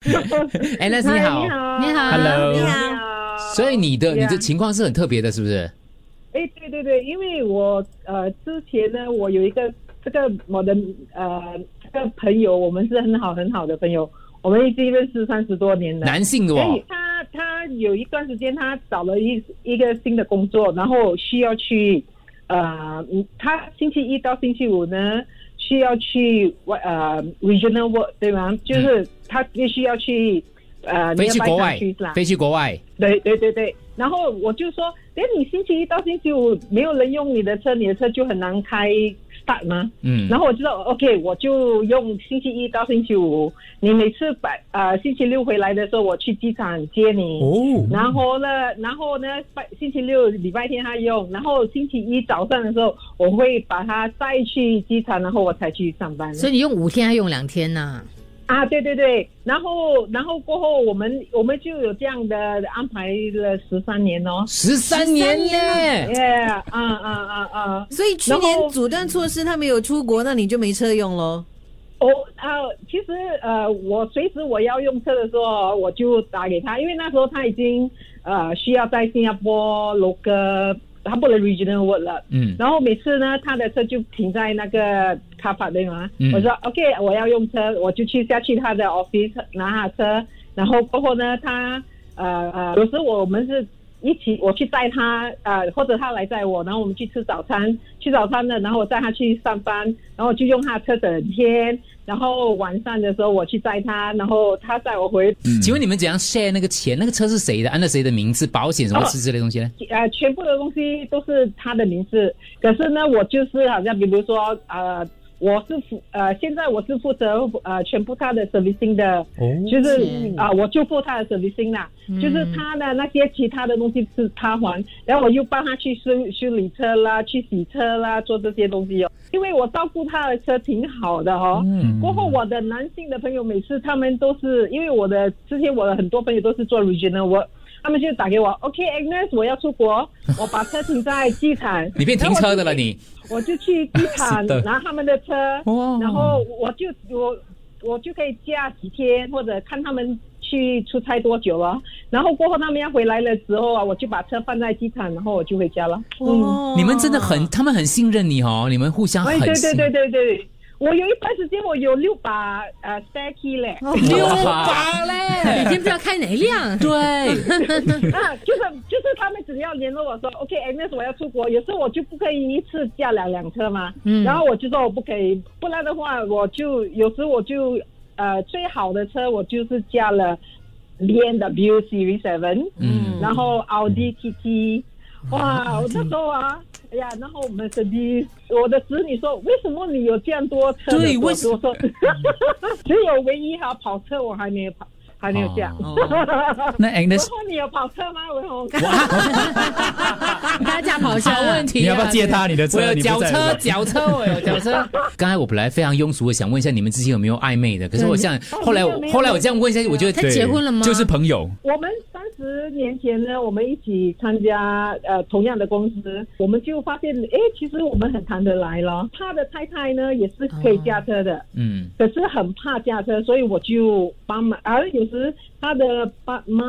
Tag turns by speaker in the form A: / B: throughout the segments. A: Alice 哎你好
B: 你好，
C: 你好
A: ，Hello，
C: 你好
B: 好
A: 所以你的你的
B: Yeah
A: 情况是很特别的，是不是？
B: 哎，对对对，因为我呃之前呢，我有一个这个我的呃这个朋友，我们是很好很好的朋友，我们已经认识三十多年了。
A: 男性的
B: 所
A: 哦
B: 以，他他有一段时间，他找了一一个新的工作，然后需要去呃，嗯他星期一到星期五呢需要去外呃 regional work 对吗？就是他必须要去呃
A: 嗯飞去
B: nearby
A: 国外
B: countries 啦，
A: 飞去国外，
B: 对对对对，然后我就说，哎，你星期一到星期五没有人用你的车，你的车就很难开 start 吗？
A: 嗯
B: 然后我知道，OK，我就用星期一到星期五，你每次把呃星期六回来的时候，我去机场接你。
A: 哦
B: 然后呢，然后呢，拜星期六、礼拜天他用，然后星期一早上的时候，我会把它带去机场，然后我才去上班。
C: 所以你用五天还用两天呐、
B: 啊，对对对，然后然后过后，我们我们就有这样的安排了十三年哦。
A: 十三年 耶，
B: 耶，啊啊啊啊！
D: 所以去
B: 然后
D: 年阻断措施他没有出国，那你就没车用喽。
B: 我啊，其实呃，我随时我要用车的时候，我就打给他，因为那时候他已经呃需要在新加坡罗哥，他不能 regional work 了。
A: 嗯
B: 然后每次呢，他的车就停在那个 car park 对吗？
A: 嗯
B: 我说 OK，我要用车，我就去下去他的 office 拿他的车，然后过后呢，他呃呃，有时候我们是一起我去带他呃，或者他来载我，然后我们去吃早餐，去早餐了，然后我载他去上班，然后就用他的车整天，然后晚上的时候我去载他，然后他载我回
A: 请问你们怎样 share 那个钱？那个车是谁的？按照谁的名字？保险什么
B: 哦
A: 之类的东西呢？
B: 呃，全部的东西都是他的名字。可是呢，我就是好像比如说，呃，我是负呃，现在我是负责呃全部他的 servicing 的，
A: 哦
B: 就是
C: 是
B: 啊、我就付他的 servicing 啦，就是他的那些其他的东西是他还，然后我又帮他去修修理车啦，去洗车啦，做这些东西哦。因为我照顾他的车挺好的哦。
A: 嗯
B: 过后，我的男性的朋友每次他们都是因为我的之前我的很多朋友都是做 regional work，他们就打给我，OK Agnes，我要出国，我把车停在机场，
A: 你变停车的了
B: 然后
A: 你，
B: 我就，我就去机场
A: 是的哦
B: 拿他们的车，
A: 哇
B: 然后我就我我就可以假几天或者看他们去出差多久了，然后过后他们要回来的时候啊，我就把车放在机场，然后我就回家了。嗯，
D: 哦
A: 你们真的很，他们很信任你哦，你们互相
B: 哎，
A: 很
B: 对
A: 信
B: 对对对对。我有一段时间我有六把呃 spare key 嘞，
A: 六把
C: 每
A: 嘞，。
C: 天不知道开哪一辆
A: 对，
B: 啊，就是就是他们只要联络我说，OK，Agnes，、我要出国，有时候我就不可以一次驾两辆车嘛，
C: 嗯
B: 然后我就说我不可以，不然的话我就有时候我就呃最好的车我就是驾了 B M W Series Seven，
A: 嗯
B: 然后奥迪 TT，哇，我那时候啊。哎呀，然后我们 d 弟，我的子女说，为什么你有这样多车的？
A: 对为
B: 我
A: 什
B: 我说 只有唯一哈跑车我还没有跑，还没有驾。
A: 哦 那 Agnes，
B: 然后你有跑车吗？我说我
C: 大家跑车
A: 好问题啊
E: 你要不要借他你的车
A: 我有
E: 你不
A: 脚
E: 在
A: 车，
E: 了
A: 脚车， 我有脚车。刚才我本来非常庸俗的想问一下你们之间有没有暧昧的，可是我想后来我
B: 没有
A: 后来我这样问一下，我觉
C: 他
A: 得
C: 结婚了吗？
E: 就是朋友，
B: 我们三十年前呢，我们一起参加呃同样的公司，我们就发现，诶，其实我们很谈得来了。他的太太呢也是可以驾车的，
A: 嗯
B: 可是很怕驾车，所以我就帮忙。而有时他的爸妈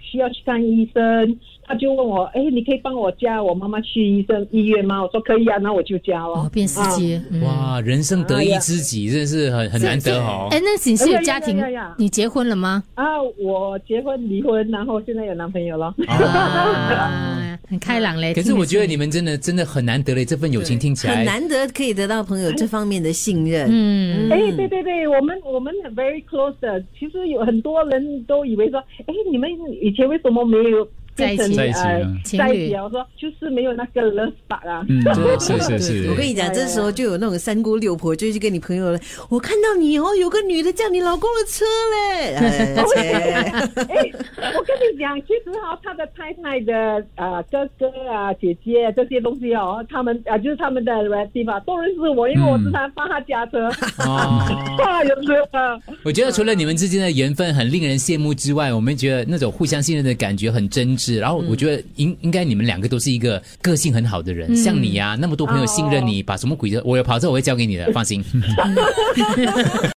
B: 需要去看医生，他就问我，诶，你可以帮我驾我妈妈去医生医院吗？我说可以啊，那我就驾了。
C: 哦，变司
B: 啊
C: 机。嗯
A: 哇，人生得一知己，真的是很很难得哦
C: 哎，。那你是有
B: 哎呀呀
C: 家庭
B: 呀呀呀，
C: 你结婚了吗？
B: 啊，我结婚离婚，然后现在有男朋友了。
C: 啊，很开朗嘞。
A: 可是我觉哎得你
C: 听
A: 们真的真的很难得嘞，这份友情听起
D: 很
A: 来
D: 难得可以得到朋友这方面的信任。
C: 嗯，
B: 哎、对对对，我们我们很 very close 的。其实有很多人都以为说，哎，你们以前为什么没有变成
E: 在一起
B: 呃
E: 嗯
C: 情侣
B: 在一起啊？我说就是没有那个 love spark 啊。
E: 嗯
A: 对，
E: 是
A: 对
E: 是是，
D: 我跟你讲，这时候就有那种三姑六婆就去跟你朋友了。我看到你哦，有个女的叫你老公的车嘞， 而且
B: 哎、我跟你讲，其实哈、他的太太的呃哥哥啊、姐姐啊这些东西哦，他们啊、就是他们的 relative 啊，都认识我，因为我经
E: 嗯
B: 常帮他驾车。
A: 哦。
B: 啊，有没有啊？
A: 我觉得除了你们之间的缘分很令人羡慕之外，我们觉得那种互相信任的感觉很真挚。然后我觉得应应该你们两个都是一个个性很好的人，像你呀、那么多朋友信任你，把什么鬼的我有跑车我会交给你的，放心。